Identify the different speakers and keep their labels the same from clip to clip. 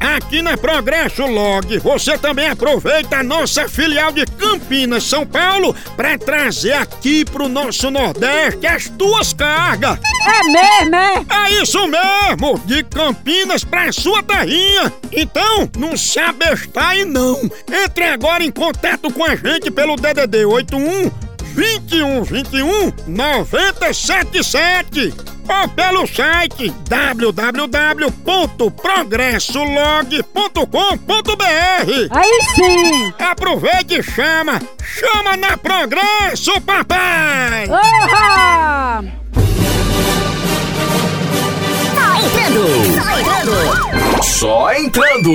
Speaker 1: Aqui na Progresso Log, você também aproveita a nossa filial de Campinas, São Paulo, para trazer aqui pro nosso Nordeste as tuas cargas.
Speaker 2: É mesmo, é?
Speaker 1: É isso mesmo, de Campinas pra sua terrinha. Então, não se abestai não. Entre agora em contato com a gente pelo DDD 81 21 21 977 ou pelo site www.progressolog.com.br.
Speaker 2: Aí sim!
Speaker 1: Aproveite e chama! Chama na Progresso, papai!
Speaker 2: Orra!
Speaker 3: Só Tá entrando! Só entrando!
Speaker 4: Só entrando!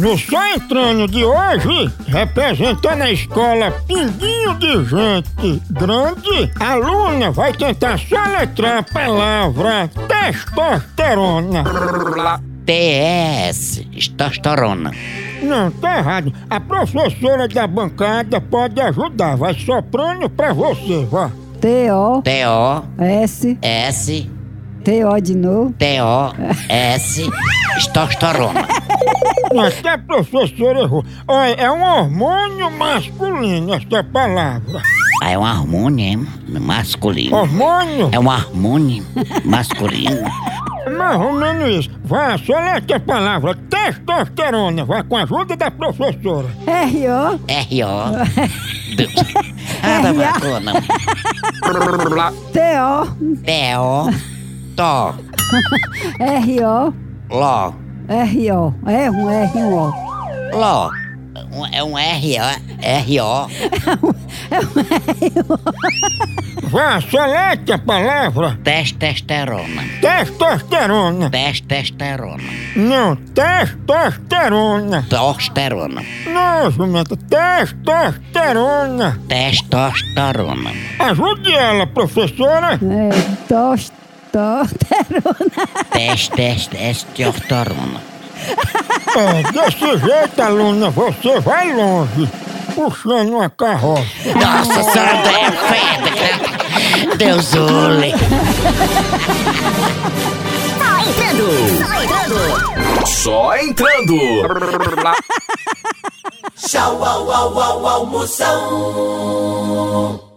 Speaker 1: No Só Entrando de hoje, representando a escola Pinguinho de Gente Grande, a aluna vai tentar soletrar a palavra testosterona.
Speaker 5: TS, testosterona.
Speaker 1: Não, tá errado. A professora da bancada pode ajudar. Vai soprando pra você, vá.
Speaker 2: T-O-S,
Speaker 5: TO, S,
Speaker 2: T-O de novo.
Speaker 5: TO, S, testosterona.
Speaker 1: Não, Até a professora errou. Olha, é um hormônio masculino esta palavra.
Speaker 5: Ah, É um harmônio hein?
Speaker 1: Oh.
Speaker 5: masculino.
Speaker 1: Hormônio?
Speaker 5: É um harmônio masculino.
Speaker 1: Mais ou menos isso. Vá, soletra a palavra testosterona. Vá com a ajuda da professora.
Speaker 2: R-O,
Speaker 5: R.O. do- Ah, não vai falar, não.
Speaker 2: T-O,
Speaker 5: T.O. Tó.
Speaker 2: R-O,
Speaker 5: Ló.
Speaker 2: R-O. É um R, um O.
Speaker 5: Ló. Um- É um R.O. R.O.
Speaker 1: Vá, soletra a palavra
Speaker 5: Testosterona.
Speaker 1: testosterona.
Speaker 5: Testosterona.
Speaker 1: Não, testosterona.
Speaker 5: Tosterona.
Speaker 1: Não, jumenta, testosterona.
Speaker 5: Testosterona.
Speaker 1: Ajude ela, professora.
Speaker 2: É tos, tos,
Speaker 5: Testosterona.
Speaker 1: É, desse jeito, aluna, você vai longe. Puxando uma carroça.
Speaker 5: Nossa senhora é feda, Deus olhe.
Speaker 3: Só entrando! Só entrando!
Speaker 4: Só entrando!
Speaker 3: Tchau, au, au, au, almoção!